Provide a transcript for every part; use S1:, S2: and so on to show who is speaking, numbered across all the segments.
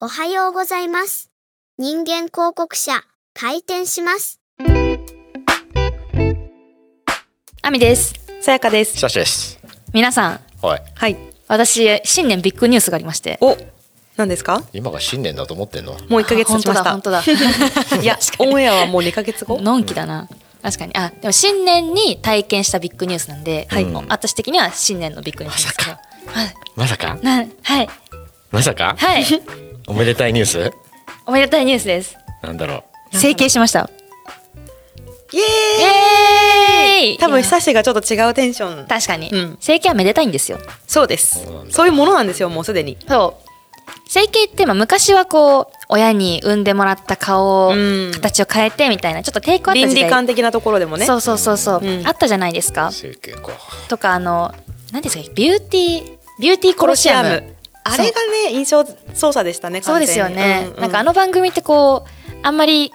S1: おはようございます。人間広告社、開店します。
S2: あみです
S3: さやかです。
S4: シャシです。
S2: 皆さん
S4: はい。
S3: はい。
S2: 私新年ビッグニュースがありまして
S3: お、何ですか？
S4: 今が新年だと思ってんの。
S3: もう一ヶ月経ちまし
S2: あ
S3: た。
S2: 本当だ本当だ
S3: いや、オンエアはもう二ヶ月 後。
S2: のんきだな確かにあでも新年に体験したビッグニュースなんで、
S3: はい
S2: もう私的には新年のビッグニュースですけどはい
S4: まさか。
S2: なはい
S4: まさか。
S2: はい
S4: おめでたいニュース。
S2: おめでたいニュース です
S4: なんだろ
S2: 整形しました
S3: イエ
S2: イ
S3: ー
S2: エーイ
S3: イ。多分久
S2: し
S3: しがちょっと違うテンション。
S2: 確かに、
S3: うん
S2: 整形はめでたいんですよ
S3: そうです
S4: そうなん。だ
S3: そういうものなんですよ、もうすでに。
S2: そう整形ってまあ昔はこう親に産んでもらった顔を
S3: うん
S2: 形を変えてみたいなちょっと抵抗あった
S3: 倫
S2: 時代
S3: 理観的なところでもね。
S2: そうそうそうそう、
S3: うん
S2: あったじゃないですか
S4: う。整形か。
S2: とかあの何ですかビューティービューティーコ
S3: コ
S2: ロ
S3: ロ
S2: シ
S3: シ
S2: ア
S3: ア
S2: ム
S3: ム。あれがね、印象操作でしたね。
S2: そうですよね、なんかあ
S3: の
S2: の番組ってこうあんまり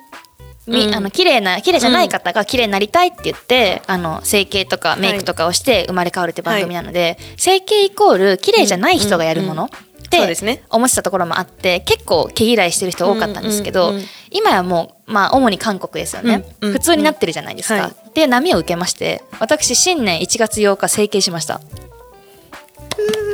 S2: み、
S3: うん
S2: あの綺麗な綺麗じゃない方が綺麗になりたいって言って、あの整形とかメイクとかをして生まれ変わるって番組なので、整形イコール綺麗じゃない人がやるもの、
S3: うん
S2: って
S3: そうですね
S2: 思ってたところもあって結構毛嫌いしてる人多かったんですけど、
S3: うんうんうん
S2: 今はもう、まあ、主に韓国ですよね、
S3: うんうん
S2: 普通になってるじゃないですか。
S3: は
S2: で波を受けまして私新年1月8日整形しました。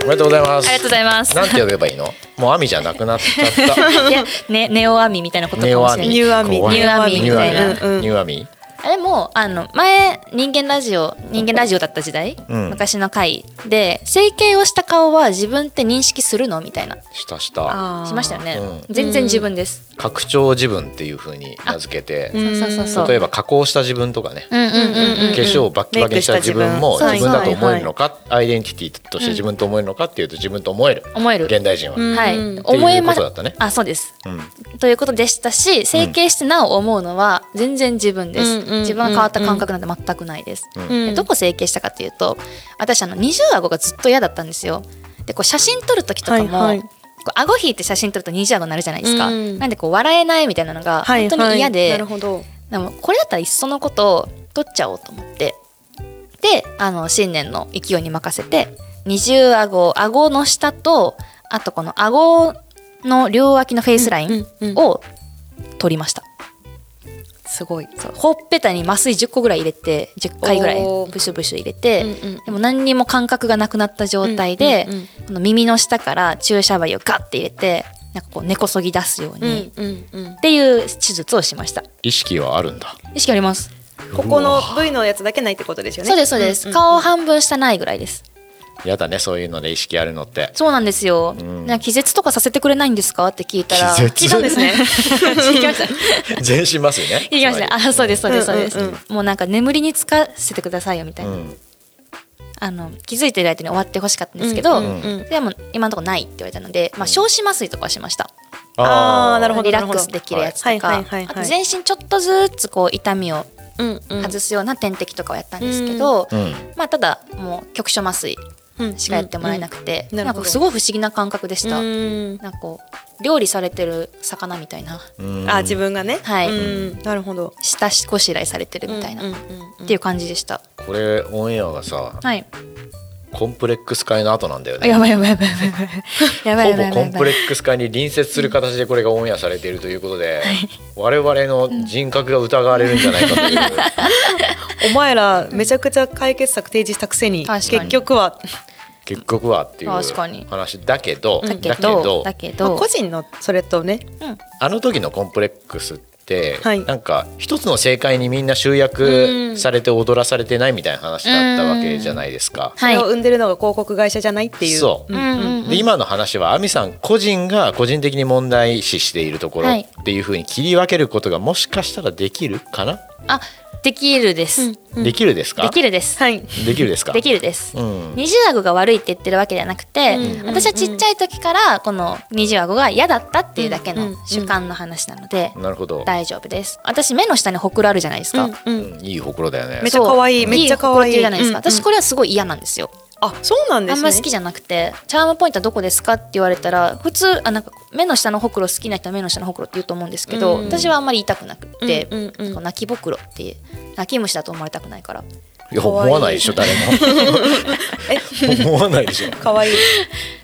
S4: おめでとうございます。
S2: ありがとうございます
S4: なんて呼べばいいの。もうアミじゃなくなっちゃった。
S2: いや、ね、ネオアミみたいなことか
S4: ネオ
S2: もし
S4: ア
S2: れな
S4: ミ。
S2: い。
S3: ニューアミ
S4: 怖い
S2: ニューアミ
S4: ニ
S2: み
S4: ューアミ
S3: たいな
S4: ニューアミ。
S2: あれもあの前人間ラジオ人間ラジオだった時代、
S4: うん
S2: 昔の回で整形をした顔は自分って認識するのみたいな
S4: したした。
S2: しましたよね、
S4: う
S2: 全然自分です、
S4: 拡張自分っていう風に名付けて。
S3: ん
S2: そうそうそうそう
S4: 例えば加工した自分とかね。
S2: うんうんうんうん
S4: 化粧をバッキバキにした自分も
S2: メイクした
S4: 自
S2: 自分
S4: 分だと思えるのかアイデンティティとして自分と思えるのかっていうと自分と思える
S2: 思える
S4: 現代人は、
S3: うん
S2: はい、
S3: うん
S2: 思えま
S4: っていうことだったね
S2: あそうです
S4: うん
S2: ということでしたし整形してなお思うのは全然自分です、
S3: うんうんうん
S2: 自分が変わった感覚なんて全くないです、
S4: うん
S3: うん
S2: でどこ整形したかっていうと私あの二重顎がずっと嫌だったんですよでこう写真撮る時とかも、
S3: はいはい
S2: こう顎引いて写真撮ると二重顎になるじゃないですか、
S3: うん
S2: なんでこう笑えないみたいなのが
S3: はい
S2: 本当に嫌で、
S3: はいなるほど。
S2: でもこれだったらいっそのことを取っちゃおうと思ってであの新年の勢いに任せて二重顎顎の下とあとこの顎の両脇のフェイスライン
S3: うんうん
S2: を取りました、
S3: すごい。そう
S2: ほっぺたに麻酔10個ぐらい入れて10回ぐらい
S3: おー
S2: ブシュブシュ入れて、
S3: うんうん
S2: でも何にも感覚がなくなった状態で、
S3: うんうんうん
S2: この耳の下から注射針をガッて入れてなんかこう根こそぎ出すよう
S3: う
S2: に、
S3: んうんうん
S2: っ。ていう手術をしました
S4: 意識はあるんだ
S2: 意識あります
S3: ここの部位のやつだけないってことですよね。
S2: そうですそうです、
S3: んん
S2: 顔半分下ないぐらいです
S4: やだねそういうので意識あるのって
S2: そうなんですよ、なんか気絶とかさせてくれないんですかって聞いたら
S4: 気
S3: 聞
S4: 絶
S3: いたんで すね。
S2: 聞きました聞
S4: 全身麻酔ね
S2: きましたねあそうですそうですそうです、
S3: うんうん
S2: もうなんか眠りにつかせてくださいよみたいな、
S4: うん
S2: あの気づいてる相手に終わってほしかったんですけど、
S3: うんうんうん
S2: でも今のところないって言われたので、まあ、小子麻酔とかはしました、
S3: あーなるほど
S2: リラックスできるやつとか
S3: はいはいはいはい
S2: あと全身ちょっとずつこう痛みを
S3: うんうん
S2: 外すような点滴とかをやったんですけど、
S4: うん
S2: まあ、ただもう局所麻酔
S3: うん
S2: しかやってもらえなくて、
S3: うんうんな
S2: なん
S3: るほど
S2: かすごい不思議な感覚で
S3: う
S2: した、
S3: ん
S2: なんかこう料理されてる魚みたいな
S4: うん
S3: あ自分がね。
S2: はい
S3: うんなるほど。
S2: 下ごしらえされてるみたいな、
S3: うんうん
S2: っ
S3: うんうん
S2: ていう感じでした、
S4: これオンエアがさ
S2: はい
S4: コンプレックス会の後なんだ よね
S2: やばいやばいやばいやばい
S4: ほ
S2: やばいや
S4: ぼ
S2: ばいやばい
S4: コンプレックス会に隣接する形でこれがオンエアされているということで我々の人格が疑われるんじゃないかという
S3: お前らめちゃくちゃ解決策提示したくせに
S2: 確かに
S3: 結局は、
S4: 結局はっていう
S2: 確かに
S4: 話だけど
S2: だけどだけ
S3: まあ
S2: ど
S3: 個人のそれとね
S4: あの時のコンプレックスって、
S3: はい
S4: なんか一つの正解にみんな集約されて踊らされてないみたいな話だったわけじゃないですか。
S3: そ
S2: は
S3: れを
S2: い
S3: 生んでるのが広告会社じゃないっていう。
S4: そう
S2: うんうんうん
S4: で今の話は亜美さん個人が個人的に問題視しているところ
S2: はい
S4: っていうふうに切り分けることがもしかしたらできるかな、
S2: あできるです、
S3: うん
S4: できるですか
S2: できるです、
S3: はい。
S4: できるですか
S2: できるです、
S4: うん
S2: 二重顎が悪いって言ってるわけじゃなくて、
S3: うん
S2: 私はちっちゃい時からこの二重顎が嫌だったっていうだけ
S3: うん
S2: の
S3: うん
S2: 主観の話なので、
S4: なるほど、
S2: 大丈夫です私目の下にほくろあるじゃないですか、
S3: う。
S4: うんんいいほくろだよね
S3: めっちゃ可愛い
S2: そう
S3: めっちゃ可愛い
S2: ほくろってうじゃないですか、
S3: うんうん
S2: 私これはすごい嫌なんですよ
S3: あそうなんで
S2: あ
S3: す
S2: ん
S3: ね。
S2: ま好き
S3: じ
S2: じゃなくて「チャームポイントはどこですか?」って言われたら普通あなんか目の下のほくろ好きな人は目の下のほくろって言うと思うんですけど、
S3: うん
S2: 私はあんまり言いたくなくって、
S3: うんうんうん
S2: なんか泣きぼくろっていう泣き虫だと思われたくないから
S4: いや思わないでしょ誰 も思わないでしょ
S3: かわいい。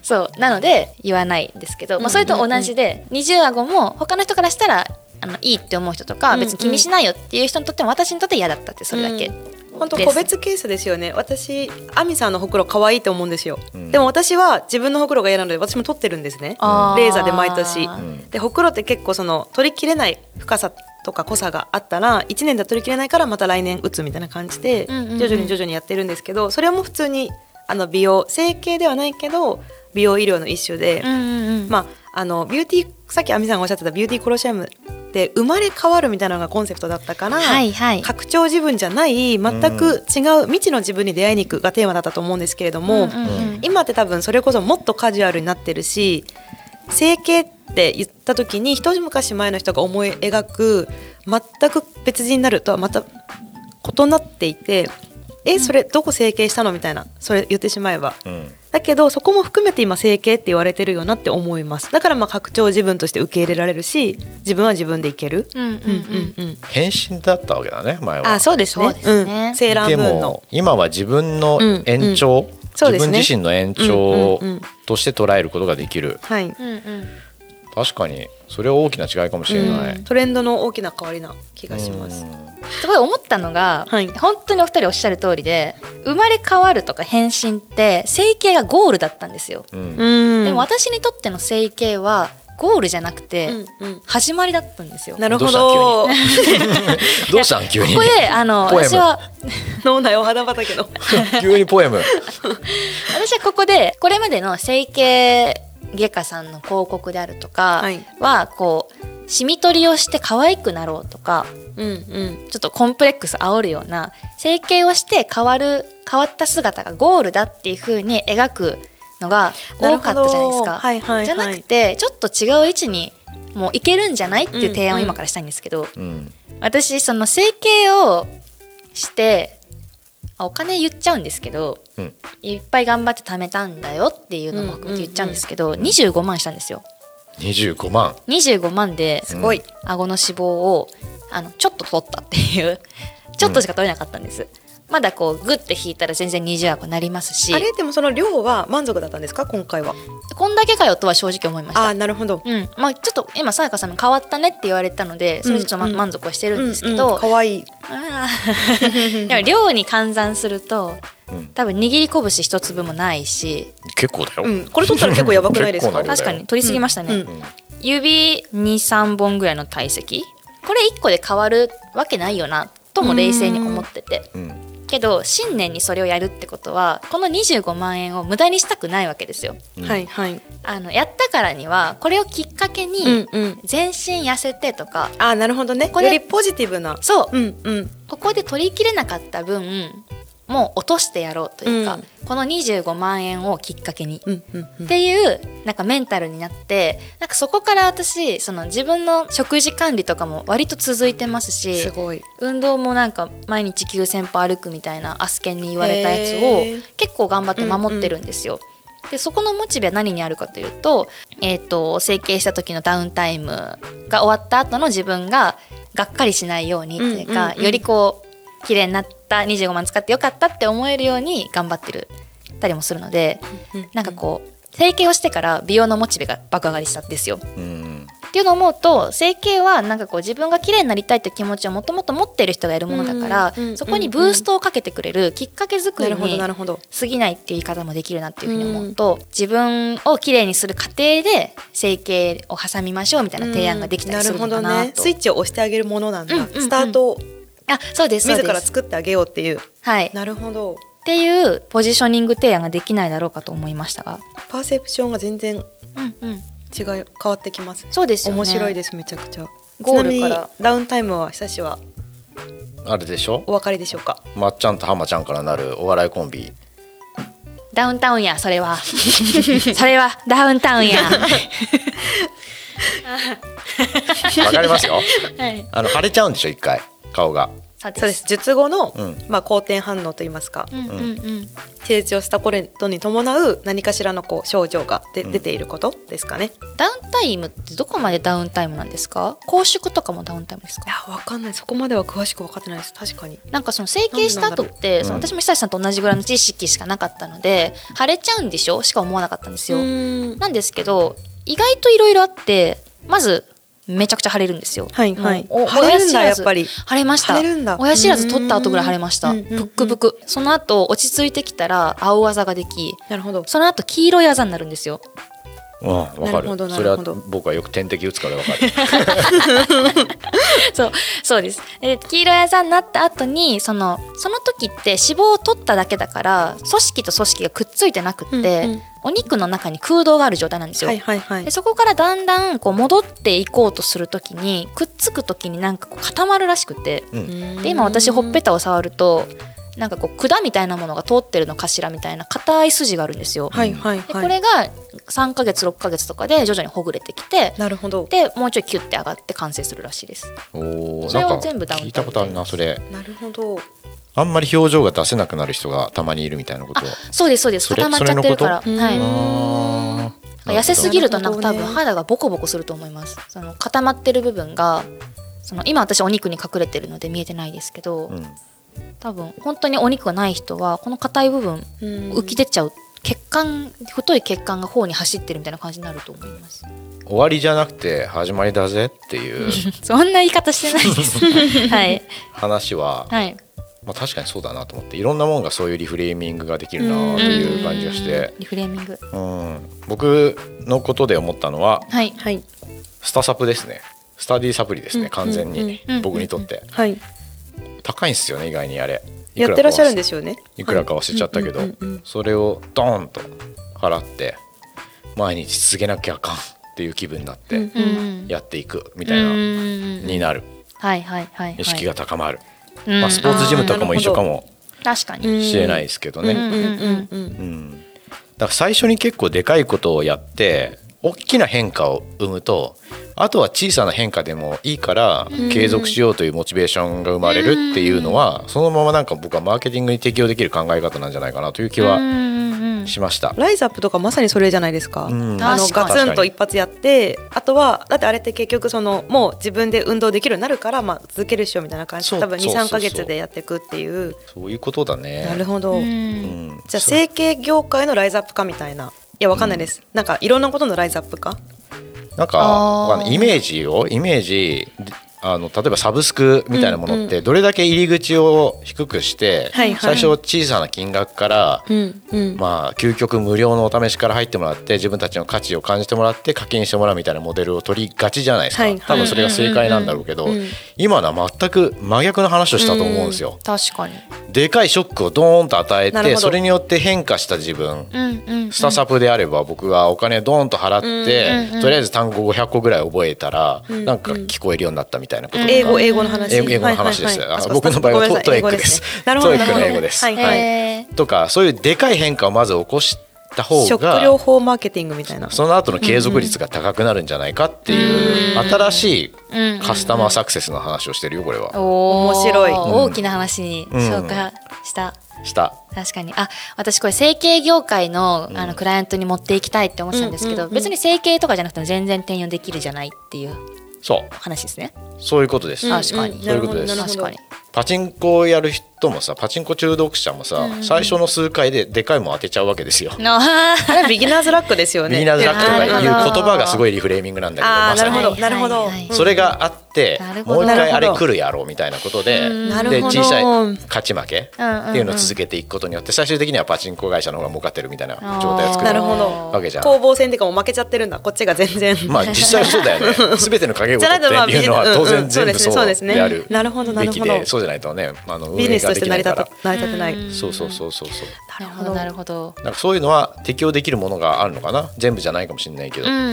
S2: そうなので言わないんですけど、まあ、それと同じで二重顎も他の人からしたらあのいいって思う人とか
S3: うんうん
S2: 別に気にしないよっていう人にとっても私にとって嫌だったってそれだけ、
S3: う本当個別ケースですよね私アミさんのほくろ可愛いと思うんですよ、
S4: うん
S3: でも私は自分のほくろが嫌なので私も取ってるんですね
S2: あー
S3: レーザーで毎年
S4: ん
S3: でほくろって結構その取りきれない深さとか濃さがあったら1年では取りきれないからまた来年打つみたいな感じで
S2: うんうんうん
S3: 徐々に徐々にやってるんですけどそれはもう普通にあの美容整形ではないけど美容医療の一種で、
S2: うんうんうん
S3: まあ、あのビューティーさっき亜美さんがおっしゃってたビューティーコロシアムって生まれ変わるみたいなのがコンセプトだったから、
S2: はいはい
S3: 拡張自分じゃない全く違う未知の自分に出会いに行くがテーマだったと思うんですけれども、
S2: うんうんうん
S3: 今って多分それこそもっとカジュアルになってるし整形って言った時に一昔前の人が思い描く全く別人になるとはまた異なっていて「えそれどこ整形したの?」みたいなそれ言ってしまえば。
S4: うん
S3: だけどそこも含めて今整形って言われてるよなって思いますだからまあ拡張自分として受け入れられるし自分は自分でいける、
S2: うんうん
S3: うんう
S2: うん
S3: んうん、
S4: 変身だったわけだね前は
S3: あそうですね
S2: そうですね
S3: うん、セーラー
S4: で
S3: ムーンの
S4: も今は自分の延長、
S3: そうで
S4: 自
S3: すね
S4: 分自身の延長
S3: うんうんうん
S4: として捉えることができる、
S3: はい、
S2: うんうん
S4: 確かにそれは大きな違いかもしれない、
S3: トレンドの大きな変わりな気がします、
S2: すごい思ったのが、
S3: はい
S2: 本当にお二人おっしゃる通りで生まれ変わるとか変身って整形がゴールだったんですよ、
S4: うんうん
S3: うん
S2: でも私にとっての整形はゴールじゃなくて、
S3: うんうん
S2: 始まりだったんですよ
S3: なるほ
S4: ど
S3: ど
S4: どうしたん急に
S2: ここ であの
S4: ポエム
S2: 私は
S3: 脳内お肌畑の
S4: 急にポエム
S2: 私はここでこれまでの整形外科さんの広告であるとか
S3: はい
S2: はこうシミ取りをして可愛くな ろうとか
S3: うんうん
S2: ちょっとコンプレックス煽るような整形をして変わる変わった姿がゴールだっていう風に描くのが多かったじゃないです
S3: るほど
S2: か。
S3: はいはいはい、
S2: じゃなくてちょっと違う位置にもういけるんじゃないっていう提案を今からしたいんですけど、
S4: うん
S2: 私その整形をしてあお金言っちゃうんですけど
S4: うん
S2: いっぱい頑張って貯めたんだよっていうのも含めて言っちゃうんですけど、25万したんですよ
S4: 25万
S2: 25万です
S3: すごい、
S2: 顎の脂肪をあのちょっと取ったっていうちょっとしか取れなかったんです、まだこうグッて引いたら全然20顎なりますし
S3: あれでもその量は満足だったんですか今回は
S2: こんだけかよとは正直思いました
S3: あーなるほど
S2: うんまあ、ちょっと今さやかさんも変わったねって言われたのでそれでちょっとま
S3: うんうん
S2: 満足はして
S3: う
S2: るんですけど、
S3: んうん、かわいい
S2: あー でも量に換算すると
S4: うん
S2: 多分握り拳一粒もないし
S4: 結構だよ、
S3: うんこれ取ったら結構やばくないですか
S4: 結構な量だよ
S2: 確かに取りすぎましたね、
S3: うん
S4: うん
S2: 指23本ぐらいの体積これ1個で変わるわけないよなとも冷静に思ってて
S4: うん
S2: けど新年にそれをやるってことはこの25万円を無駄にしたくないわけですよ
S4: うん
S3: はいはい
S2: あのやったからにはこれをきっかけ
S3: うん
S2: に
S3: うん
S2: 全身痩せてとか
S3: あーなるほどね
S2: こ
S3: よ
S2: れ
S3: りポジティブな
S2: そう
S3: うんうん
S2: ここで取りきれなかった分もう落としてやろうというか、
S3: うん
S2: この25万円をきっかけに、
S3: うんうんうん
S2: っていうなんかメンタルになってなんかそこから私その自分の食事管理とかも割と続いてますし
S3: すごい
S2: 運動もなんか毎日9,000歩歩くみたいなアスケンに言われたやつを
S3: へー
S2: 結構頑張って守ってるんですよ。でそこのモチベは何にあるかというと,、えー、と整形した時のダウンタイムが終わった後の自分ががっかりしないようにというか、
S3: うんうんうん
S2: よりこう綺麗になった25万使ってよかったって思えるように頑張ってるたりもするので、なんかこう整形をしてから美容のモチベが爆上がりしたんですよ。
S4: うん
S2: っていうのを思うと整形はなんかこう自分が綺麗になりたいって気持ちをもともと持ってる人がやるものだから、
S3: うんうんうんうん
S2: そこにブーストをかけてくれるきっかけ作
S3: な
S2: り
S3: るほど
S2: に
S3: なるほど
S2: 過ぎないっていう言い方もできるなっていうふうに思うと、自分を綺麗にする過程で整形を挟みましょうみたいな提案ができたりするのか
S3: うんな
S2: な
S3: るほどね
S2: と、
S3: スイッチを押してあげるものなんだ、
S2: うんうんうん
S3: スタートを
S2: あそうですそう
S3: 自
S2: で
S3: ら
S2: す、
S3: 作ってあげようっていう
S2: はい、っ
S3: なるほど
S2: ていうポジショニング提案ができないだろうかと思いましたが、
S3: パーセプションが全然違い
S2: うんうん、
S3: 変わってきます
S2: そうですよね
S3: 面白いですめちゃくちゃ
S2: ゴールから
S3: ちなみにダウンタイムは久しは
S4: あれでしょ
S3: お別れでしょうか
S4: まっちゃんとはまちゃんからなるお笑いコンビ
S2: ダウンタウンやそれ はそれはダウンタウンや、
S4: わかります
S2: は
S4: よ
S2: い、
S4: あの腫れちゃうんでしょ一回顔が
S2: そうです
S3: そうです術後の、
S4: うん
S3: まあ、好転反応といいますか
S2: うんうんうん
S3: 成長したことに伴う何かしらのこう症状がで、出ていることですかね。い
S2: ダウンタイムってどこまでダウンタイムなんですか公縮とかもダウンタイムですか
S3: やわかんないそこまでは詳しく分かってないです確かに。
S2: なんかその整形した後って
S4: なん
S2: その
S4: だろう
S2: 私も久石さんと同じぐらいの知識しかなかったので腫れちゃうんでしょしか思わなかったんですよ、
S3: うん
S2: なんですけど意外といろいろあってまずめちゃくちゃ腫れるんですよ
S3: はいはい
S2: もうお
S3: 腫れるんだ
S2: 親知ら
S3: や
S2: ず
S3: っぱり
S2: 腫れました
S3: 腫れるんだ
S2: 親知らず取った後ぐらい腫れました
S3: う
S2: ブ
S3: んうんうん
S2: ックブクその後落ち着いてきたら青あざができ
S3: なるほど
S2: その後黄色いあざになるんですよ
S4: うん、わか
S3: な
S4: る
S3: るほどな
S4: それは
S3: るほど
S4: 僕はよく点滴打つからわかる
S2: そうそうですで黄色いあざになった後にそのその時って脂肪を取っただけだから組織と組織がくっついてなくって、
S3: うんうん
S2: お肉の中に空洞がある状態なんですよ、
S3: はいはいはい
S2: でそこからだんだんこう戻っていこうとする時にくっつく時になんかこう固まるらしくて
S4: うん
S2: で今私ほっぺたを触るとなんかこう管みたいなものが通ってるのかしらみたいな硬い筋があるんですよ。
S3: はいはい
S2: で
S3: は
S2: こ
S3: い
S2: れが3ヶ月6ヶ月とかで徐々にほぐれてきて
S3: なるほど
S2: でもうちょいキュッて上がって完成するらしいです。
S4: おー
S2: それを
S4: なんか
S2: 全部ダウンタイム
S4: 聞いたことあるなそれ
S3: なるほど
S4: あんまり表情が出せなくなる人がたまにいるみたいなことを
S2: そうですそうです
S4: それ
S2: 固まっちゃってるから、
S4: そ
S3: れのこと
S2: はい、
S3: う
S2: なんか
S4: あー
S2: 痩せすぎるとなんか
S3: な
S2: 多
S3: るほどね
S2: 分肌がボコボコすると思いますその固まってる部分がその今私お肉に隠れてるので見えてないですけど、
S4: うん
S2: 多分本当にお肉がない人はこの硬い部分浮
S3: 浮
S2: き出ちゃう血管太い血管が頬に走ってるみたいな感じになると思います
S4: 終わりじゃなくて始まりだぜっていう
S2: そんな言い方してないです はい
S4: 話は、
S2: はい
S4: まあ、確かにそうだなと思っていろんなもんがそういうリフレーミングができるなという感じがして
S2: うんリフレーミング
S4: うん僕のことで思ったのは
S2: はい
S3: はい
S4: スタサプですねスタディサプリです
S3: う
S4: ね
S3: ん
S4: 完全に
S2: うん
S4: 僕にとって
S3: はい
S4: 高いんですよね意外にあれいく
S3: や
S4: か
S3: ってらっしゃるん
S4: 忘れ
S3: ですよね
S4: いくらか忘れちゃったけど
S3: うんうんうんうん
S4: それをドーンと払って毎日続けなきゃあかんっていう気分になっ
S3: う
S4: て
S3: ん
S2: うん
S4: やっていくみたいなに
S2: に
S4: なる
S2: はいはいはいはい
S4: 意識が高まる
S2: うん
S4: まあスポーツジムとかも一緒かも
S2: 確かに
S3: うん
S4: しれないですけどね
S2: うん
S3: うんうんうん
S4: うん、だから最初に結構でかいことをやって大きな変化を生むとあとは小さな変化でもいいから
S3: ん
S4: 継続しようというモチベーションが生まれるっていうのはそのままなんか僕はマーケティングに適用できる考え方なんじゃないかなという気
S2: うん
S4: は
S2: うんうん
S4: しました。
S3: ライズアップとかまさにそれじゃないですか、
S4: うん
S3: あの
S2: 確か
S3: ガ
S2: に
S3: ツンと一発やってあとはだってあれって結局そのもう自分で運動できるようになるから、まあ、続けるっしょみたいな感じ
S4: そう
S3: で多分
S4: そうそうそう
S3: 23か月でやっていくっていう
S4: そういうことだね。
S3: なるほど、
S2: うん
S4: うん
S3: じゃあ
S4: そう
S3: 整形業界のライズアップかみたいないやわかんないです、なんかいろんなことのライズアップか
S4: なんか
S2: あー
S4: わかんないイメージをイメージあの例えばサブスクみたいなものってどれだけ入り口を低くして、
S3: はいは
S4: 最
S3: い
S4: 初小さな金額から、
S3: うんうん
S4: まあ究極無料のお試しから入ってもらって自分たちの価値を感じてもらって課金してもらうみたいなモデルを取りがちじゃないですか、
S3: はい
S4: 多分それが正解なんだろうけど、
S3: うんうんうん
S4: 今のは全く真逆の話をしたと思うんですよ。
S2: 確かに
S4: でかいショックをドーンと与え
S3: なるほ
S4: て
S3: ど
S4: それによって変化した自分
S2: うんうん
S4: スタサプであれば僕がお金ドーンと払って、
S2: うんうん
S4: とりあえず単語500個ぐらい覚えたら、
S3: ん
S4: なんか聞こえるようになったみたいなこととか
S3: 英語英語の話
S4: 英語英語の話です
S3: はいはいはい
S4: あ僕の場合
S3: ごめ
S4: は
S3: んなさい
S4: トトエックで
S3: 英語
S4: す
S3: ねなるほど
S4: トエックの
S3: なるほど
S4: 英語です
S3: はいはい
S2: え
S4: とかそういうでかい変化をまず起こした方
S3: 食
S4: が
S3: 療法マーケティングみたいな
S4: その後の継続率が高くなるんじゃないかっていう新しい
S2: ーうん
S4: カスタマーサクセスの話をしてるよこれは。
S2: おー
S3: 面白いうん
S2: 大きな話に消化した、
S4: した。
S2: 確かにあ私これ整形業界のあのクライアントに持っていきたいって思ってたんですけど、
S3: うんうんうん
S2: 別に整形とかじゃなくても全然転用できるじゃないっていう
S4: そう
S2: 話ですね
S4: そういうことです。
S3: うん
S2: 確かに
S4: そういうことで
S3: な
S4: す
S3: るほ
S2: 確
S3: ど
S2: かに
S4: パチンコをやる人もさパチンコ中毒者もさ、最初の数回ででかいもん当てちゃうわけですよ。
S2: の
S3: あれビギナーズラックですよね
S4: ビギナーズラックとかいう
S2: な
S4: 言
S2: るほど
S4: 葉がすごいリフレーミングなんだけど
S3: あー
S4: まさ
S3: なるほ
S4: に
S3: どなるほど
S2: はいはいはい
S4: それがあって
S2: なるほ
S4: も
S2: ど
S4: う一回あれ来るやろうみたいなことで
S3: なる
S4: で
S3: ほど
S4: 小さい勝ち負けっていうのを続けていくことによって最終的にはパチンコ会社の方が儲かってるみたいな状態を作
S3: な
S4: る
S3: るほど
S4: わけじゃん。
S3: 攻防戦っていうかもう負けちゃってるんだこっちが全然
S4: まあ実際そうだよ ね全ての掛け事っていうのは当然全部そうである
S3: なるほどな
S4: べ
S3: る
S4: き
S3: ほど
S4: でそうじゃないとねあの 運
S3: ビジ
S4: 営
S3: ネス
S4: が
S3: と
S4: で
S3: して成
S4: きな
S3: り
S4: いか
S3: 立
S4: ら
S3: た成り立てない、
S4: そうそうそうそうそう
S2: なるほどなるほど
S4: なんかそういうのは適用できるものがあるのかな全部じゃないかもしれないけど
S2: うんうんうんう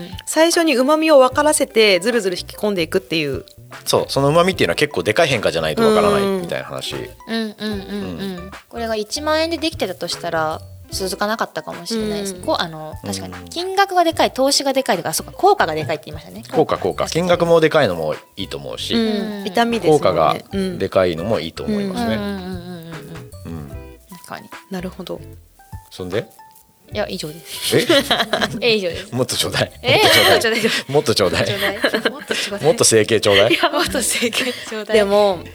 S2: ん
S3: 最初に旨味を分からせてずるずる引き込んでいくっていう
S4: そうその旨味っていうのは結構でかい変化じゃないとわからないみたいな話
S2: うんうんうんうんこれが1万円でできてたとしたら続かなかったかもしれないです、
S3: うん
S2: こうあの確か
S4: うん
S2: に金額がでかい投資がでかいとかあそうか効果がでかいって言いましたね
S4: 効果効果金額もでかいのもいいと思うし、
S3: うん、痛みですも
S4: 効
S3: んね
S4: 果が
S3: うん
S4: でかいのもいいと思い
S2: うん
S4: ま
S2: うんうん
S4: すね、
S2: うんうんうん
S4: うん
S2: 確かに
S3: なるほど
S4: そんで
S2: いや以上です
S4: え
S2: え以上です
S4: もっとちょうだい
S2: えー、ちょうだいちょう
S4: もっとちょうだ い
S2: だいもっとちょうだい
S4: もっと整形ちょうだい
S2: いやもっと整形ちょうだい
S3: でも、
S4: うん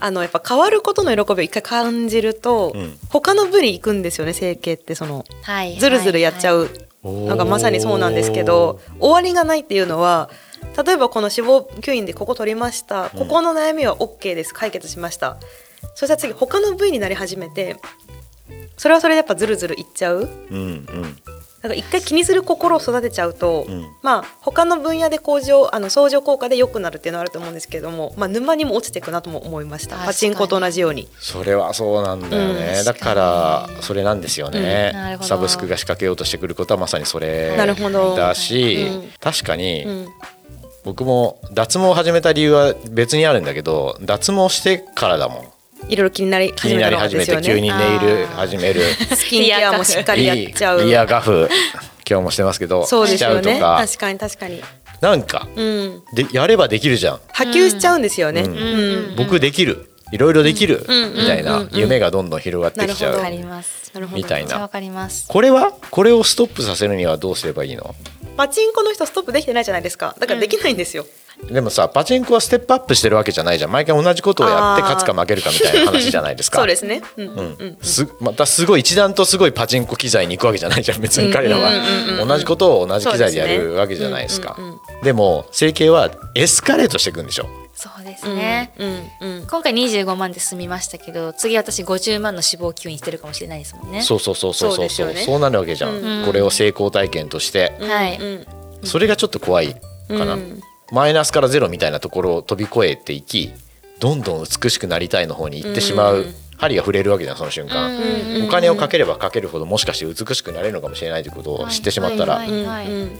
S3: あのやっぱ変わることの喜びを一回感じると、
S4: うん
S3: 他の部に行くんですよね整形ってその
S2: はい
S3: ずるずるやっちゃ
S2: は
S3: うのがまさにそう なんですけど終わりがないっていうのは例えばこの脂肪吸引でここ取りましたここの悩みは OK です解決しましたそしたら次他の部位になり始めてそれはそれでやっぱずるずるいっちゃう
S4: おーうん
S3: なんか一回気にする心を育てちゃうと、
S4: うん
S3: まあ他の分野で向上あの相乗効果で良くなるっていうのはあると思うんですけれども、まあ、沼にも落ちていくなとも思いました
S2: 確かに
S3: パチンコと同じように。
S4: それはそうなんだよね、
S2: うん
S4: だからそれなんですよね
S2: うんなる、ほど
S4: サブスクが仕掛けようとしてくることはまさにそれ
S3: なるほど
S4: だし、
S3: うん
S4: 確かに、
S3: うん
S4: 僕も脱毛を始めた理由は別にあるんだけど脱毛してからだもん
S3: いろいろ気になり
S4: 気
S3: 始
S4: に
S3: め
S4: な
S3: たの
S4: り始め
S3: です
S4: て、
S3: よ
S4: 急に
S3: ね。
S4: ネイル
S2: あー
S4: 始める
S3: スキンケアもしっかりやっちゃう。
S4: リアガフ今日もしてますけど
S3: そうで
S4: し
S3: す
S4: ちゃ
S3: よ
S4: うと
S3: ね。
S4: か
S3: 確かに確かに。
S4: なんか
S3: うん。
S4: でやればできるじゃん
S3: 波及しちゃうんですよね。
S4: う
S3: うんん。
S4: 僕できるいろいろできる
S3: うん
S4: みたい
S3: うん
S4: な
S3: うん
S4: 夢がどんどん広がってきちゃ
S3: な
S2: わか
S3: るほ
S4: う
S3: ど
S2: ります
S3: なるほど
S4: みたい
S2: めっちゃわ
S4: な
S2: かります
S4: これはこれをストップさせるにはどうすればいいの
S3: パチンコの人ストップできてないじゃないですか。だからできないんですよ。
S4: でもさパチンコはステップアップしてるわけじゃないじゃん毎回同じことをやって
S3: あー
S4: 勝つか負けるかみたいな話じゃないですか
S3: そうですね。うんう
S4: うん
S3: うん
S4: ん。すまたすごい一段とすごいパチンコ機材に行くわけじゃないじゃん別に彼ら
S3: うんうんうんう
S4: は
S3: ん
S4: 同じことを同じ機材でや
S3: そうです
S4: る
S3: ね
S4: わけじゃないですか
S3: うんうん
S4: でも整形はエスカレートしていくんでしょ
S2: そうですね、
S3: うんうん。
S2: 今回25万で済みましたけど次私50万の死亡吸引してるかもしれないですもんね
S4: そうそうそうそう
S3: そうで
S4: そう
S3: す
S4: そ
S3: よ
S4: う
S3: ね
S4: そうなるわけじゃん
S2: うん
S4: これを成功体験として
S2: はい
S3: うん
S4: それがちょっと怖いかな
S3: うん
S4: マイナスからゼロみたいなところを飛び越えていきどんどん美しくなりたいの方に行ってしま
S3: う
S4: うん針が触れるわけじゃんその瞬
S2: うん
S4: 間
S2: うん
S4: お金をかければかけるほどもしかして美しくなれるのかもしれないということを知ってしまったら
S2: はい
S3: うん
S2: はい
S3: うん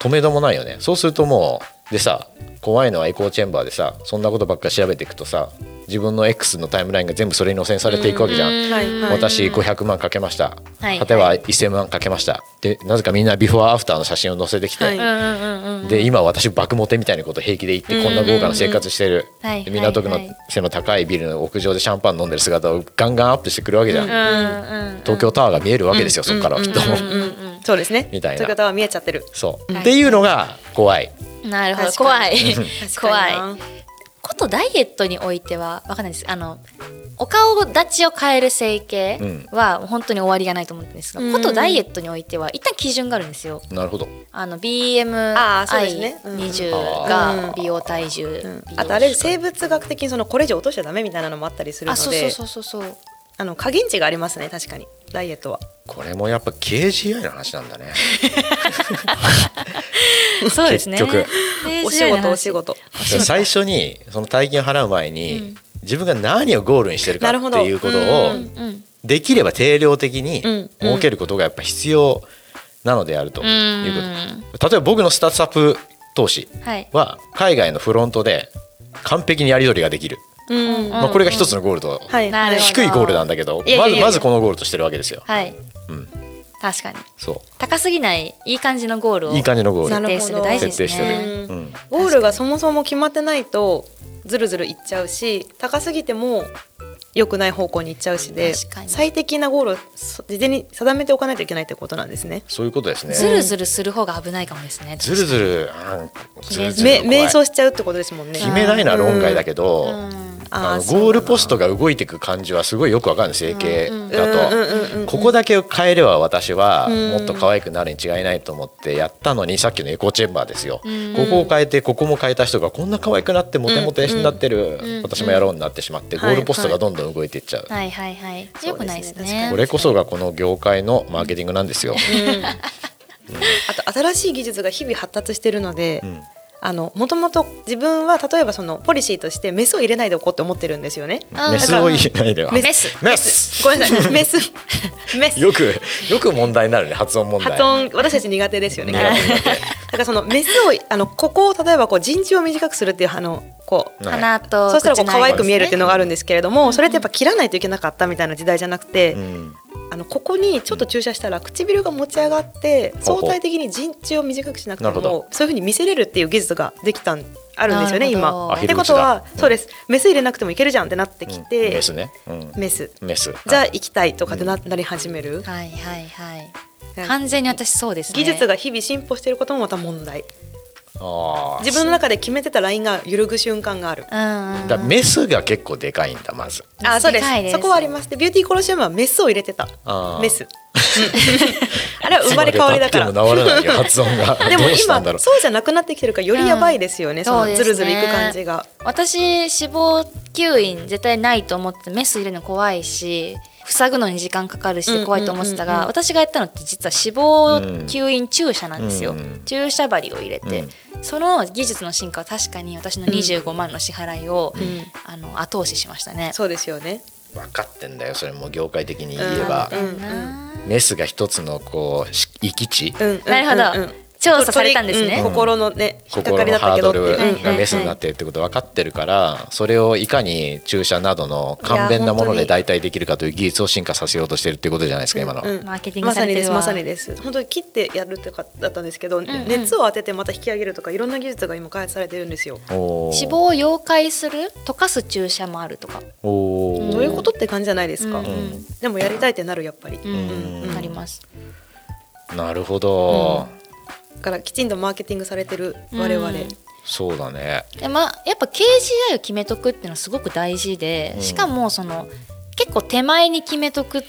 S4: 止めどもないよねそうするともうでさ怖いのはエコーチェンバーでさそんなことばっか調べていくとさ自分の X のタイムラインが全部それに汚染されていくわけじゃん、
S2: うん
S3: はいはい
S4: 私500万かけました、
S2: はい
S4: 果ては1000万かけましたでなぜかみんなビフォーアフターの写真を載せてきて、
S3: はい
S2: うんうんうんうん
S4: で今私爆モテみたいなこと平気で言ってこんな豪華な生活してる、
S2: うんうんうん
S4: で港区の背の高いビルの屋上でシャンパン飲んでる姿をガンガンアップしてくるわけじゃん、
S2: うんうんうん
S4: 東京タワーが見えるわけですよ、そこからはきっと、
S3: うんうん。そうですね。
S4: みたいな
S3: という方は見えちゃってる。
S4: そう、
S2: はい
S4: っていうのが怖い
S2: なるほど
S3: 確か
S2: 怖い
S3: に
S2: 怖いことダイエットにおいてはわかんないですあのお顔立ちを変える整形は本当に終わりがないと思うんですが、
S3: うん
S2: ことダイエットにおいては一旦基準があるんですよ
S4: なるほど
S2: あの
S3: あーそうですねうん
S2: BMI20
S3: うん
S2: が美容体重、
S3: うん
S2: 美容
S3: あとあれ生物学的にそのこれ以上落としちゃダメみたいなのもあったりするの
S2: あそうそ
S3: で
S2: うそうそうそう
S3: あの加減値がありますね確かにダイエットは
S4: これもやっぱ KGI の話なんだね
S2: そうですね
S4: 結局
S3: お仕事お仕事
S4: 最初にその大金を払う前に、自分が何をゴールにしてるか
S3: な
S4: って
S3: るほど
S4: いうことを
S3: うん
S2: うん
S4: できれば定量的に
S3: うん
S4: 設けることがやっぱ必要なのであると
S2: うん
S4: いうこと例えば僕のスタートアップ投資
S2: はい
S4: は海外のフロントで完璧にやり取りができる、
S3: うん
S4: まあ、これが一つのゴールと
S3: はい
S2: なるほど
S4: 低いゴールなんだけど
S3: いやいや
S4: ま
S3: いやい
S4: ず
S3: や
S4: まずこのゴールとしてるわけですよ。
S2: はい
S4: うん、
S2: 確かに
S4: そ
S2: 高すぎないいい感じのゴールを
S4: ういい感じのゴー
S3: な
S4: ル
S3: る
S2: 設定する大事ですね
S4: 設定
S3: る
S4: してうん
S3: ゴールがそもそも決まってないとずるずるいっちゃうし高すぎても良くない方向に行っちゃうしで
S2: 確かに
S3: 最適なゴールをそ事前に定めておかないといけないってことなんですね。
S4: そういうことですね。
S2: ずるずるする方が危ないかもですね
S4: ずるずるうんずるずる
S3: め
S4: 怖い
S3: 瞑想しちゃうってことですもんね。
S4: 決めないな論外だけど、
S2: うん
S3: あー
S4: あの
S3: そう
S4: ゴールポストが動いていく感じはすごいよくわかる整形だと、
S3: うんうんうんうん
S4: ここだけを変えれば私は
S3: ん
S4: もっと可愛くなるに違いないと思ってやったのにさっきのエコーチェンバーですよ、ここを変えてここも変えた人がこんな可愛くなってモテモテになってる、私もやろうになってしまって、
S3: ん
S4: ゴールポストがどんどん動いていっちゃう、
S2: はいはいはい
S3: すね
S2: よくないです
S3: 確か
S2: ね
S3: に
S4: これこそがこの業界のマーケティングなんですよ、
S3: あと新しい技術が日々発達してるので、
S4: ん
S3: あのもともと自分は例えばそのポリシーとしてメスを入れないでおこうって思ってるんですよね。
S2: あー
S4: メスを言えないでは
S2: メス
S4: メス
S3: ごめんなさいメスメス
S4: よくよく問題になるね発音問題
S3: 発音私たち苦手ですよね。
S4: 苦手苦手
S3: だからそのメスをあのここを例えばこう人中を短くするっていうあのこう
S4: はい
S2: 鼻と
S3: そうしたらこう
S2: 口の
S3: 可
S2: 間
S3: 愛く見えるっていうのがあるんですけれどもそれってやっぱ切らないといけなかったみたいな時代じゃなくて
S4: うん
S3: あのここにちょっと注射したら唇が持ち上がって
S4: ほう
S3: 相対的に陣地を短くしなくて
S4: なるほど
S3: もそういうふうに見せれるっていう技術ができたんあるんですよね
S2: なるほど
S3: 今。
S2: あ
S3: ってことはそうですメス入れなくてもいけるじゃんってなってき
S4: うん
S3: て
S4: メスね、うん、
S3: メス
S4: メス
S3: じゃあ
S4: はい
S3: 行きたいとかってななり始める
S2: はいはいはい。
S3: ね
S2: 完全に私そうですね。
S3: 技術が日々進歩していることもまた問題
S4: あー
S3: 自分の中で決めてたラインが揺るぐ瞬間がある
S2: うんうんうん。
S4: だからメスが結構でかいんだまず
S3: あそうで
S2: でかい
S3: す
S2: です
S3: そこはありますでビューティーコロシアムはメスを入れてた
S4: あー
S3: メスうんあれは生まれ変わりだから
S4: いつまで経っても治らないよ 発音が
S3: でも
S4: どうしたんだ
S3: 今
S4: ろう
S3: そうじゃなくなってきてるからよりやばいですよね、
S2: うん
S3: そ
S2: そう
S3: の
S2: ですね
S3: ズルズルいく感じが、
S2: 私脂肪吸引絶対ないと思ってメス入れるの怖いし塞ぐのに時間かかるし怖いと思ってたが、
S3: うんうんうんうん
S2: 私がやったのって実は脂肪吸引注射なんですよ、
S4: うんうん
S2: 注射針を入れて、その技術の進化は確かに私の25万の支払いを、
S3: ん
S2: あの後押ししましたね。
S3: そうですよね
S4: 分かってんだよそれも業界的に言えば
S2: だ
S3: う
S2: よ
S3: んうん
S2: な
S4: メスが一つのこうし行き地
S3: うん
S2: なるほど、
S3: うんうんうん
S2: 調査されたんです
S3: う
S2: ね。
S3: 心のね引っかか
S4: 心
S3: り
S4: の
S3: だった
S4: ハー
S3: けど
S4: ド
S3: っていう
S4: ルがメスにな
S3: っ
S4: ってるってこと分かってるからそれをいかに注射などの簡便なもので代替できるかという技術を進化させようとしてるってことじゃないですか今の。
S2: マーケティングされてるわ
S3: まさにですまさにです本当に切ってやるとかだったんですけど、
S2: ん
S3: 熱を当ててまた引き上げるとかいろんな技術が今開発されてるんですよ
S4: おー
S2: 脂肪を溶解する溶かす注射もあるとか。
S4: おー
S3: どういうことって感じじゃないですか、
S2: うんうん
S3: でもやりたいってなるやっぱり、
S2: うん
S3: うんうん
S2: なります。
S4: なるほど、
S3: だからきちんとマーケティングされてる我々、
S2: うん
S4: そうだね。
S2: でまあやっぱ KGI を決めとくっていうのはすごく大事で、
S4: うん
S2: しかもその結構手前に決めとくっ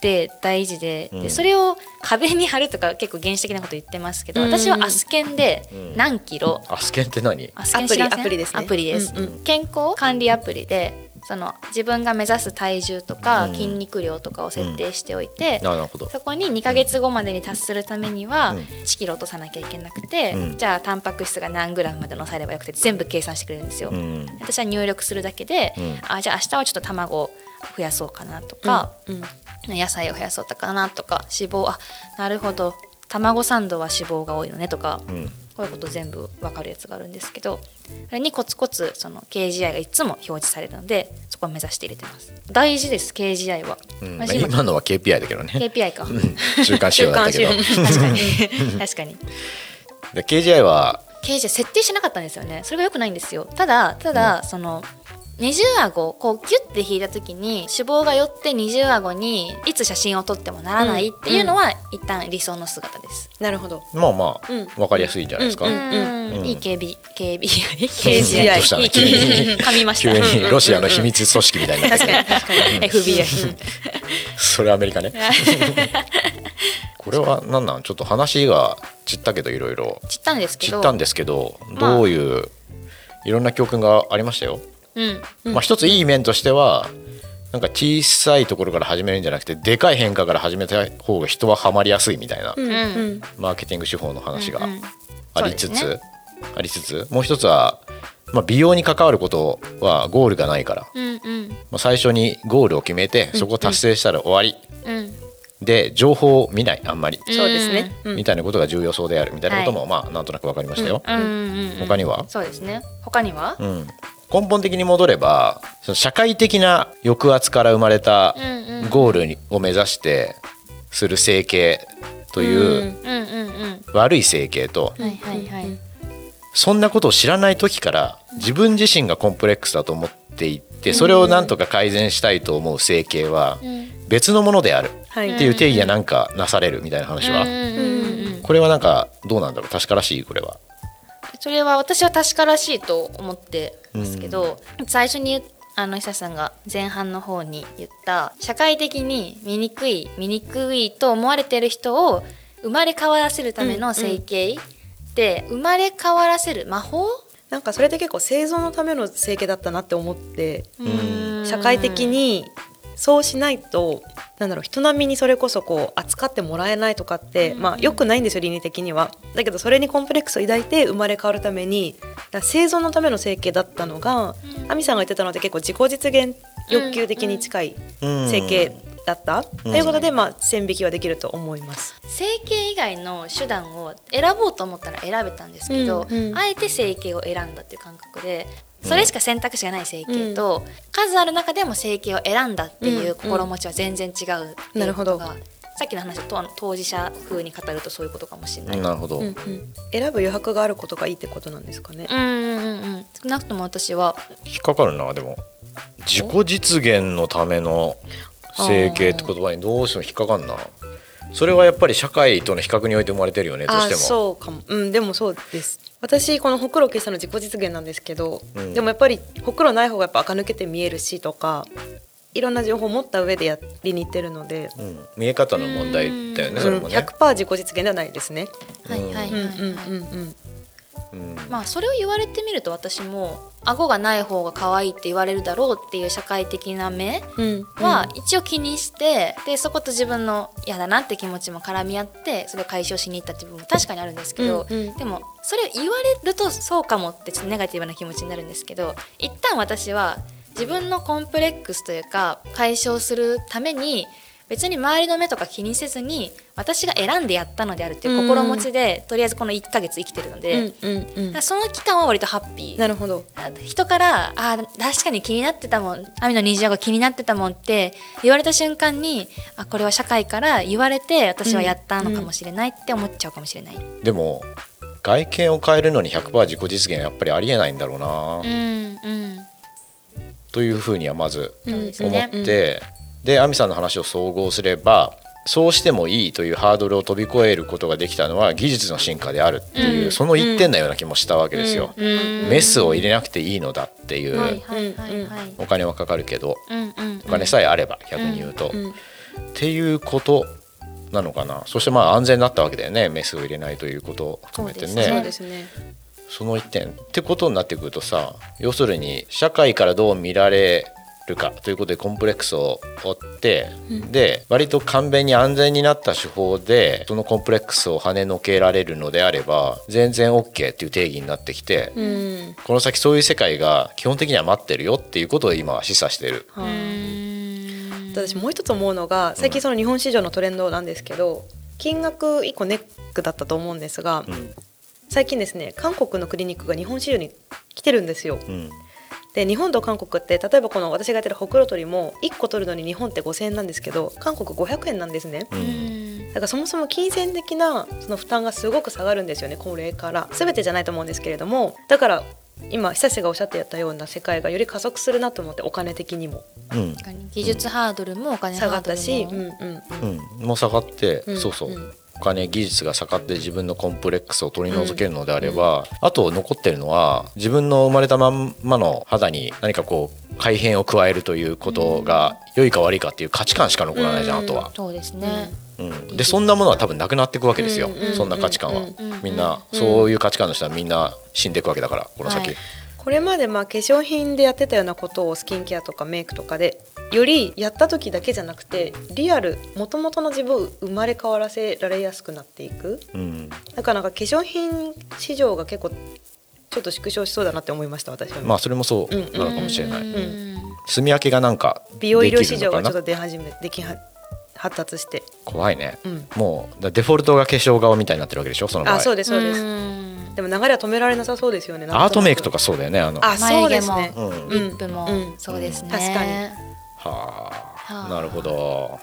S2: て大事で,で、
S4: うん
S2: それを壁に貼るとか結構原始的なこと言ってますけど、
S3: うん
S2: 私はアスケンで
S4: うん
S2: 何キロ、
S4: アスケンって何？
S2: アスケン知らんせん
S3: アプリアプリですね
S2: アプリです
S3: うんうん
S2: 健康管理アプリでその自分が目指す体重とか
S4: うん
S2: 筋肉量とかを設定しておいて、
S4: なるほど。
S2: そこに2ヶ月後までに達するためには
S4: うん
S2: 1キロ落とさなきゃいけなくて、
S4: うん
S2: じゃあタンパク質が何グラムまで乗さればよくて全部計算してくれるんですよ。
S4: うん。
S2: 私は入力するだけで、
S4: うん
S2: あじゃあ明日はちょっと卵を増やそうかなとか、
S3: うんうん
S2: 野菜を増やそうかなとか脂肪あなるほど卵サンドは脂肪が多いのねとか、
S4: うん。
S2: こういうこと全部わかるやつがあるんですけどあれにコツコツその KGI がいつも表示されるのでそこを目指して入れてます大事です KGI は、
S4: うんまあ
S2: 私今
S4: 今のは KPI だけどね。
S2: KPI か
S4: 中間指標だった け ど。
S2: 確 かに確かに
S4: で KGI は
S2: 刑事は設定しなかったんですよねそれが良くないんですよただただ、その二重顎をこうギュッて引いた時に脂肪が寄って二重顎にいつ写真を撮ってもならないっていうのは、一旦理想の姿です、
S3: なるほど
S4: まあまあ、
S3: うん
S4: わかりやすいんじゃないですか。
S3: うん
S4: うん
S2: いい警備 警備
S4: どうし たの
S2: いい警備噛みまし
S4: 急
S2: た
S4: にロシアの秘密組織みたい になって
S3: 確
S4: る
S3: かに確かに
S2: FBI
S4: それアメリカね これは何なんちょっと話が散ったけどいろいろ
S2: 散ったんですけ
S4: 散
S2: ど
S4: ったんですけど
S2: まあ
S4: どういういろんな教訓がありましたよ、
S2: うん
S3: うん
S4: まあ一ついい面としてはなんか小さいところから始めるんじゃなくてでかい変化から始めた方が人はハマりやすいみたいな、
S3: うんうん
S4: マーケティング手法の話が
S2: うんうん
S4: ありつつ、
S2: そうで
S4: ありつつもう一つは、まあ、美容に関わることはゴールがないから、
S2: うんうん
S4: まあ、最初にゴールを決めてそこを達成したら終わり、
S2: うん
S4: で情報を見ないあんまり、
S3: そうですね、うん
S4: みたいなことが重要そうであるみたいなことも、まあなんとなく分かりましたよ。
S2: うんうんうん
S4: 他には、
S2: そうですね他には、
S4: うん、根本的に戻ればその社会的な抑圧から生まれた
S2: うんうん
S4: ゴールにを目指してする整形とい
S2: う
S4: う
S2: んうんうん
S4: 悪い整形と、
S2: はいはいはい、
S4: そんなことを知らない時から自分自身がコンプレックスだと思っていてそれをなんとか改善したいと思う整形は別のものである
S3: はい
S4: っていう定義がなんかなされるみたいな話は、
S2: うんうんうんうん
S4: これはなんかどうなんだろう確からしいこれは。
S2: それは私は確からしいと思ってますけど、最初にあの久さんが前半の方に言った社会的に醜い醜いと思われてる人を生まれ変わらせるための整形で、生まれ変わらせる魔法
S3: なんかそれって結構生存のための整形だったなって思って
S4: ん
S3: 社会的
S2: に
S3: にそうしないとなんだろう人並みにそれこそこう扱ってもらえないとかって、まあ、よくないんですよ倫理的には。だけどそれにコンプレックスを抱いて生まれ変わるためにだから生存のための整形だったのが亜美さんが言ってたのって結構自己実現欲求的に近い整形だった、ということで、まあ、線引きはできると思います。
S2: 整形以外の手段を選ぼうと思ったら選べたんですけど、
S3: うんうん
S2: あえて整形を選んだっていう感覚でそれしか選択肢がない整形と、数ある中でも整形を選んだっていう心持ちは全然違うっていうことが、
S3: な
S2: さっきの話と当事者風に語るとそういうことかもしれない。
S4: なるほど、
S3: うんうん、選ぶ余白があることがいいってことなんですかね。
S2: うんうんうん、少なくとも私は
S4: 引っかかるなでも自己実現のための整形って言葉にどうしても引っかかんなそれはやっぱり社会との比較において生まれてるよねどう
S3: あ
S4: しても
S3: そうかも、うん、でもそうです私このほくろ消したの自己実現なんですけど、
S4: うん
S3: でもやっぱりほくろない方がやっぱ垢抜けて見えるしとかいろんな情報を持った上でやりに行ってるので、
S4: うん見え方の問題だよ
S3: うん、
S4: ねそれもね、
S3: 100%自己実現ではないですね。
S2: はいはい
S3: うん
S2: はいは
S3: うん
S2: い、
S3: うんうん
S4: うん
S2: まあそれを言われてみると私も顎がない方が可愛いって言われるだろうっていう社会的な目
S3: うん
S2: は一応気にして、でそこと自分の嫌だなって気持ちも絡み合ってそれを解消しに行ったっていう部分も確かにあるんですけど、
S3: うんうん
S2: でもそれを言われるとそうかもってちょっとネガティブな気持ちになるんですけど一旦私は自分のコンプレックスというか解消するために別に周りの目とか気にせずに私が選んでやったのであるっていう心持ちで、とりあえずこの1ヶ月生きてるので、
S3: うんうんう
S2: だ
S3: ん
S2: からその期間は割とハッピー
S3: なるほど
S2: あ人から「あー確かに気になってたもん網の虹が気になってたもん」って言われた瞬間にあこれは社会から言われて私はやったのかもしれないって思っちゃうかもしれない。うん
S4: でも外見を変えるのに100%自己実現はやっぱりありえないんだろうな、
S2: うん
S4: というふうにはまず
S2: そうです
S4: 思っ
S2: ね
S4: て、で亜美さんの話を総合すればそうしてもいいというハードルを飛び越えることができたのは技術の進化であるっていう、
S3: うん
S4: その一点なような気もしたわけですよ。
S2: うん
S4: メスを入れなくていいのだっていう、
S2: はいはいはいはい。
S4: お金はかかるけど
S2: うんうん
S4: お金さえあれば逆に言うと、っていうことなのかなそしてまあ安全になったわけだよねメスを入れないということを含めて
S2: そう
S4: ね
S2: です
S3: そ
S2: ね
S3: うですね
S4: その一点ってことになってくるとさ要するに社会からどう見られるかということでコンプレックスを負って、で割と簡便に安全になった手法でそのコンプレックスを跳ねのけられるのであれば全然 OK っていう定義になってきて、
S3: うん
S4: この先そういう世界が基本的には待ってるよっていうことを今は示唆してる。
S3: は
S2: う
S3: い
S2: ん
S3: 私もう一つ思うのが最近その日本市場のトレンドなんですけど金額一個ネックだったと思うんですが、
S4: うん
S3: 最近ですね韓国のクリニックが日本市場に来てるんですよ
S4: うん
S3: で日本と韓国って例えばこの私がやってるほくろ取りも1個取るのに日本って5,000円なんですけど韓国500円なんですね
S4: う
S2: うんん
S3: だからそもそも金銭的なその負担がすごく下がるんですよね高齢から全てじゃないと思うんですけれどもだから今久瀬がおっしゃってやったような世界がより加速するなと思ってお金的にも
S4: うん
S2: 確かに技術ハードルもお金ハ
S3: 下が
S2: ー
S3: っ
S2: ド
S3: たし、
S2: ル
S3: うん
S2: も
S3: うん
S4: うん、もう下がって、
S3: うん
S4: そうそう、
S3: うん
S4: お金技術が下がって自分のコンプレックスを取り除けるのであれば、あと残ってるのは自分の生まれたまんまの肌に何かこう改変を加えるということが良いか悪いかっていう価値観しか残らないじゃ
S3: う
S4: ん、
S3: ん
S4: あとは、
S2: そうですね。
S4: うん、でそんなものは多分なくなっていくわけですよ、
S3: うん
S4: そんな価値観は、
S3: うん
S2: うん
S4: みんな、そういう価値観の人はみんな死んでいくわけだからこの先、
S2: はい
S3: これまでまあ化粧品でやってたようなことをスキンケアとかメイクとかでよりやった時だけじゃなくてリアル元々の自分を生まれ変わらせられやすくなっていく
S4: うん、
S3: だからなんか化粧品市場が結構ちょっと縮小しそうだなって思いました私は、
S4: まあそれもそうなのかもしれない、
S2: うんうん
S4: 住み分けがなんか
S3: 美
S4: できる
S3: 容医療市場
S4: の
S3: が
S4: か
S3: ちょっ
S4: な
S3: と出始めできは発達して
S4: 怖いね、
S3: うん
S4: もうだデフォルトが化粧顔みたいになってるわけでしょその場合
S3: あそうですそうです、
S2: うん
S3: でも流れは止められなさそうですよねなんな
S4: アートメイクとかそうだよねあの
S3: あそうですね
S2: 眉毛
S4: う
S2: も
S4: ん、
S2: リップも、
S3: うん
S2: そうですね。
S3: 確かに
S4: はあ
S2: はあ
S4: なるほど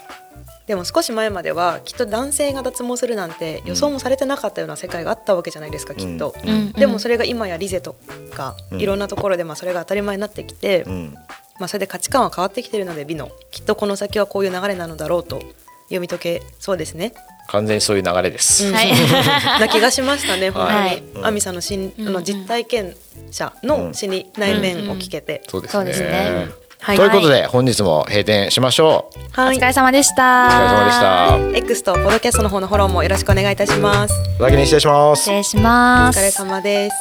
S3: でも少し前まではきっと男性が脱毛するなんて予想もされてなかったような世界があったわけじゃないですか、きっと、
S4: うん
S2: うん
S3: でもそれが今やリゼとか、
S4: うん
S3: いろんなところでまあそれが当たり前になってきて、
S4: うん
S3: まあ、それで価値観は変わってきてるので美のきっとこの先はこういう流れなのだろうと読み解けそうです ね。
S4: 完全にそういう流れです、
S3: うん
S2: はい
S3: な気がしましたね本当に、
S2: はい
S4: うん
S3: 亜美さんのしん、あ
S2: うんう
S3: の
S2: ん
S3: 実体験者
S4: う
S3: の
S4: ん
S3: 死に内面を聞けて、
S4: そうですね
S2: そうですね
S3: はい
S4: ということで本日も閉店しましょう
S2: お
S3: はい
S2: 疲れ様でした。
S4: お疲れ様でしたお
S3: X とポッドキャストの方のフォローもよろしくお願いいたします
S4: 先に失礼します
S2: 失礼しま
S3: お
S2: す。
S3: 疲れ様です